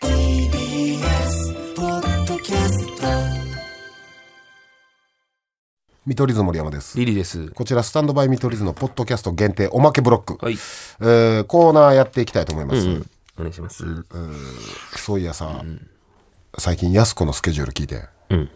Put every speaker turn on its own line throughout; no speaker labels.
TBS ポッドキャスト
見取り図森山です
リリーです。
こちらスタンドバイ見取り図のポッドキャスト限定おまけブロック、
はい。
えーコーナーやっていきたいと思います、
お願いします。
そういやさ、最近やす子のスケジュール聞いて、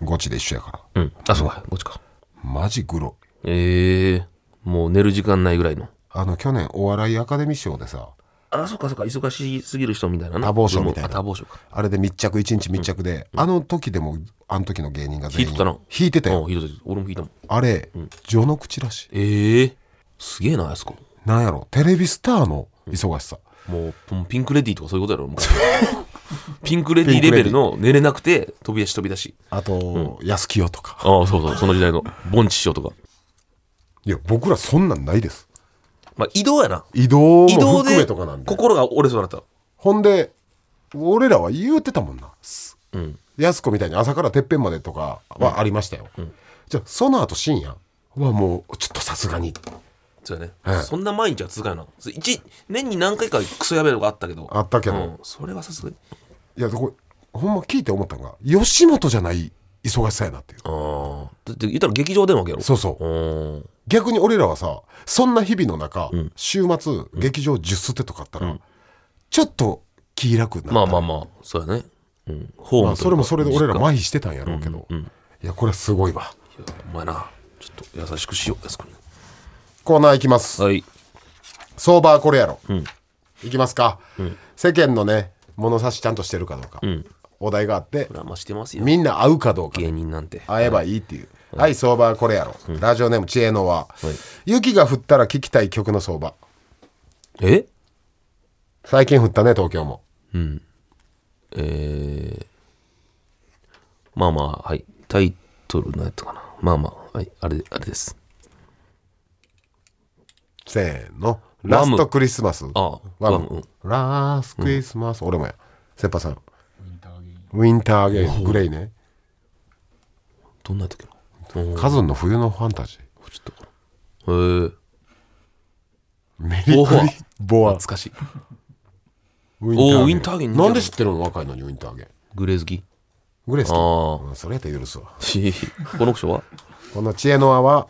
ゴチで一緒やから
うん。あ、そうか。こっちか。
マジグロ
ええもう寝る時間ないぐらいの。
あの去年お笑いアカデミー賞でさ
あ、そうかそうか。忙しすぎる人みたいなね
多忙症みたいな
あ、多忙症か。
あれで密着一日密着で、あの時でもあの時の芸人が
弾
全
い
員
てたな。
引いてた
う
よ
ん弾いてた。俺も弾いたもん。
あれ、序の口らしい
ええすげえな、あそこ。
なんやろテレビスターの忙しさ、
もう、もうピンクレディーとかそういうことやろ。 昔ピンクレディーレベルの寝れなくて飛び出し飛び出し。
あと、やすきよとか
ああ、そうそう。その時代の。ボンチ師匠とか。
いや僕らそんなんないです
まあ、移動やな。
移動も
移動
含
で
めとかなんで
心が折れそうだった。
ほんで俺らは言うてたもんな、やす子みたいに朝からてっぺんまでとかはありましたよ、じゃあその後深夜はもうちょっとさすがに
そうやね、
ええ
そんな毎日は続かないなそれ一年に何回かクソやべえのがあったけど
あったけど
うんそれはさすがに
いやこれほんま聞いて思ったのが吉本じゃない忙しさやなっていう
ああだって言ったら劇場でもわけやろ
そうそう
うん
逆に俺らはさそんな日々の中、週末劇場10捨てとかあったら、ちょっと気楽になった
まあまあまあそうやね、うん、ホームというか、
まあそれもそれで俺ら
実家
麻痺してたんやろうけど、いやこれはすごいわ
いやお前なちょっと優しくしようやすくに
コーナーいきます
はい
相場はこれやろ、いきますか、世間のね物差しちゃんとしてるかどうか、お題があって
これはまあしてますよ
みんな合うかどうか
芸人なんて
会えばいいっていう、はい相場はこれやろ、ラジオネーム知恵の輪、
い
雪が降ったら聞きたい曲の相場
え
最近降ったね東京も
えー、まあまあはいタイトルのやつかなまあまあはいあれあれです
せーの
ワ
ラス
ム
トクリスマス
あ
ワム
ワム
ラストクリスマス、俺もやセッパさんウィンターゲイングレイね
どんなやつだっけなうんちょ
カズンの冬のファンタジー
っとえー、
メリーク
ボア
リボア
懐かしい
ウ
おー
ゲ
ウィンターゲイン
なんで知ってるの若いのにウィンターゲイン
グレー好き
グレース
あ
うんそれやったら許すわ
この人は
この知恵の輪は、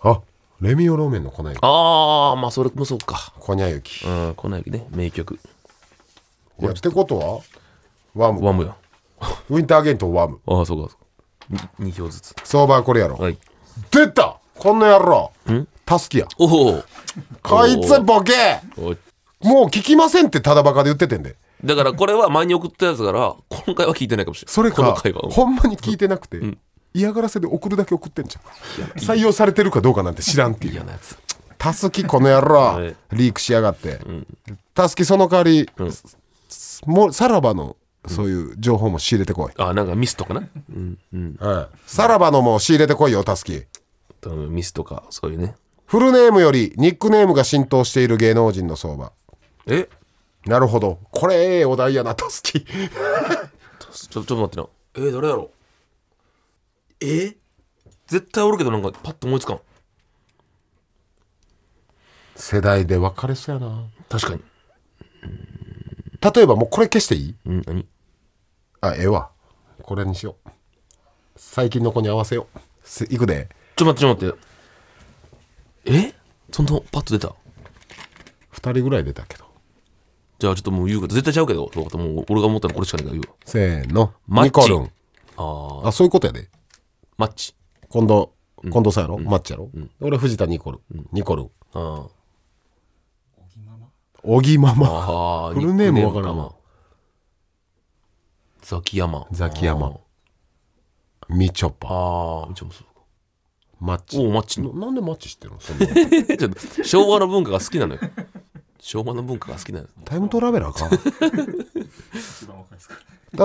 あレミオローメンの粉雪
ああまあそれもそうか
粉雪、
うん粉雪ね名曲
いやってことはワム
ワムや
ウィンターゲインとワム
ああそうかそうか2票ずつ
相場はこれやろ、
はい
出たこんな野郎タスキや
おお
こいつボケ
おい
もう聞きませんってただバカで言っててんで
だからこれは前に送ったやつだから今回は聞いてないかもしれない
それ
この
か
回は
ほんまに聞いてなくて、嫌がらせで送るだけ送ってんじゃん採用されてるかどうかなんて知らんっていう
嫌なやつ
タスキこの野郎、
はい
リークしやがって、タスキその代わり、すもうさらばのそういう情報も仕入れてこい、
あなんかミスとかなうんうん
はいさらばのも仕入れてこいよタスキ
多分ミスとかそういうね
フルネームよりニックネームが浸透している芸能人の相場
え
なるほどこれええお題やなタスキ
ちょちょっと待ってなえー、誰やろえー、絶対おるけどなんかパッと思いつかん
世代で分かれそうやな
確かに
例えばもうこれ消していい
うん何
あええわこれにしよう最近の子に合わせようせいくで
ちょっと待って、ちょっと待って。えそんなパッと出た
2人ぐらい出たけど
じゃあちょっともう言うこと絶対ちゃうけど、そうかもう俺が思ったのこれしかないから言う
せーの
マッチ
ニコルン
わ。ああ、
あそういうことやで
マッチ。
近藤、近藤さんやろ、マッチやろ、俺藤田ニコル、ニコル
あ
小木マ
あ。
マ
ああ、
フルネームわからんわ
な。ザキヤマ。
ザキヤマみちょぱ
ああ、うちもそうか。
マッチ
おお、マッチ
な
の。
なんでマッチしてるのそん な
ちょっと昭和の文化が好きなのよ。昭和の文化が好きなのよ。
タイムトラベラーか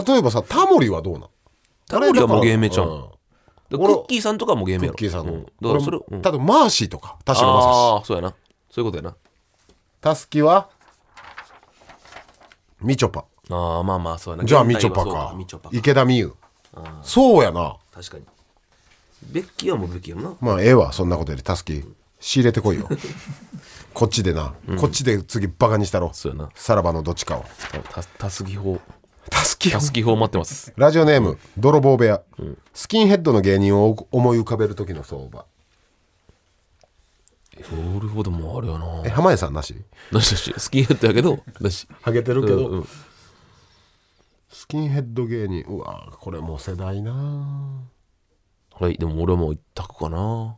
例えばさタモリはどうなん
タモリはもう芸名ちゃん
う
だから
俺
クッキーさんとかはもう芸
ク
名や
ッ
ろ
キーさん
う
の、
だからそれ、うん
ただマーシーとか田代正
ああそうやなそういうことや
史
な
たすきはみちょぱ
ああまあまあそうやな
じゃあみちょぱ
現代はそう
か
みちょぱか
池田美優そうやな
確かにベッキーはもうベッキーやもんな
まあええわそんなことよりたすき仕入れてこい よこっちでな、こっちで次バカにしたろ
そうやな
さらばのどっちかを
たたすぎ法
たすき
たすぎ法待ってます
ラジオネーム泥棒部屋、スキンヘッドの芸人を思い浮かべる時の相場
なるほどもうあれやな
え濱家さんなし
なしなしスキンヘッドやけどなし
ハゲてるけど、
うんうん
スキンヘッド芸人うわこれもう世代な
はいでも俺はもう一択かな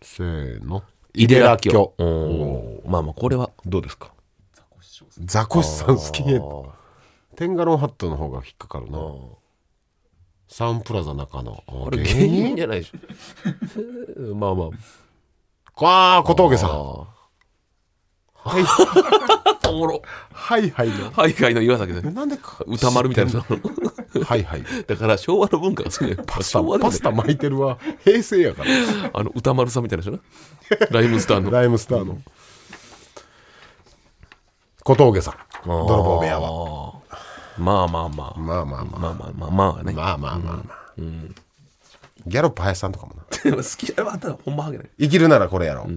せーの
イデラ
キ
キ
ョ
ョうんまあまあこれは
どうですかザコシさんスキンヘッドテンガロンハットの方が引っかかるなサンプラザ中野
こ
あ
れ芸人じゃないでし ょまあまあ
あー小峠さん
あ
はい
あおもろ
はいはいね
はいはいの岩崎さん
なんでか
歌丸みたいな人
はいはい
だから昭和の文化が好きだよ
パスタ
昭和で
パ
も
ス
ね
タ巻いてるわ平成やから
あの歌丸さんみたいな人なライムスターの
ライムスターの小峠さん泥棒部屋は
まあまあまあ
まあまあま
まあまあまあまあ
あ
ね
まあまあまあまあギャロップ林さんとかもな
でも好きやわあたらほんまはげない
生きるならこれやろ、
はい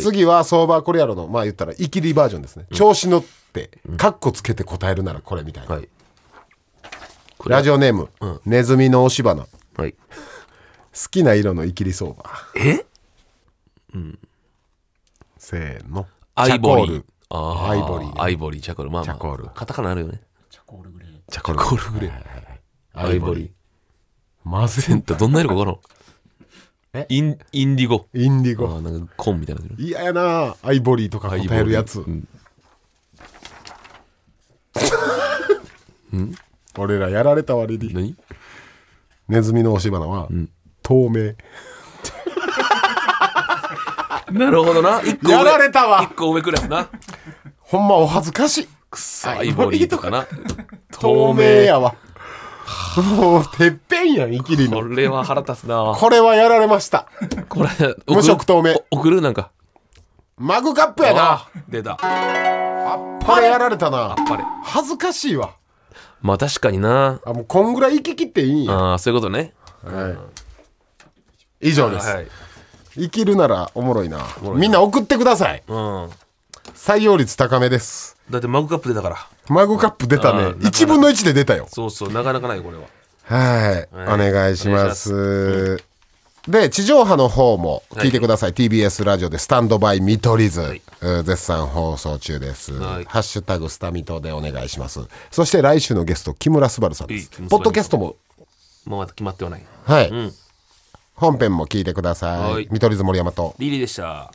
次は相場これやろのまあ言ったら生きりバージョンですね、調子乗ってカッコつけて答えるならこれみたいな、
はい
ラジオネーム、ネズミの押し花好
はい
きな色の生きり相場
え
せーの
アイボ
チ
リ
ャコ
ー
ル
あー
アイボリーね
アイボリーチャコールまあまあ
チャコール
カタカナあるよね
チャコル
コールグレーアイボリー
マゼン
だどんな色か分から
え
んインインディゴ
インディ
あ
ゴ
ーなんかコンみたいな
嫌ややなアイボリーとか答えるやつ、
アイボリーうん
俺らやられた割に
何
ネズミの押し花は、透明
なるほどな。一個上
やられたわ
一個上くらいやな。
ほんまお恥ずかしいく
アイボリーとかな。
透明やわもうてっぺんやん生きり
こ
の
れは腹立つな。
これはやられました
これ、送る
無色透明
お送るなんか。
マグカップやな
あー出た。
これやられたな
あっぱれ。
恥ずかしいわ
まあ確かにな。
あもうこんぐらい生き切っていいんや、
ああ、そういうことね。
はい、以上です、
はい。
生きるならおもろいなみんな送ってください
うん。
採用率高めです
だってマグカップ出たから。
マグカップ出た
あ
ね
ーなかなか
1分の1で出たよ
そうそう、なかなかない、これは。
はい、
は
お
い
願いします。
お
で、地上波の方も聞いて
はい
ください。TBS ラジオでスタンドバイ見取り図、うん絶賛放送中です、
はい
ハッシュタグスタミトでお願いします。そして来週のゲスト、木村昴さんで
いい
す
木村昴さ。ん
ポッドキャストも、
もうまだ決まってはない。
はい、
ん
本編も聞いてください。
はい
見取り図森山と。
リリーでした。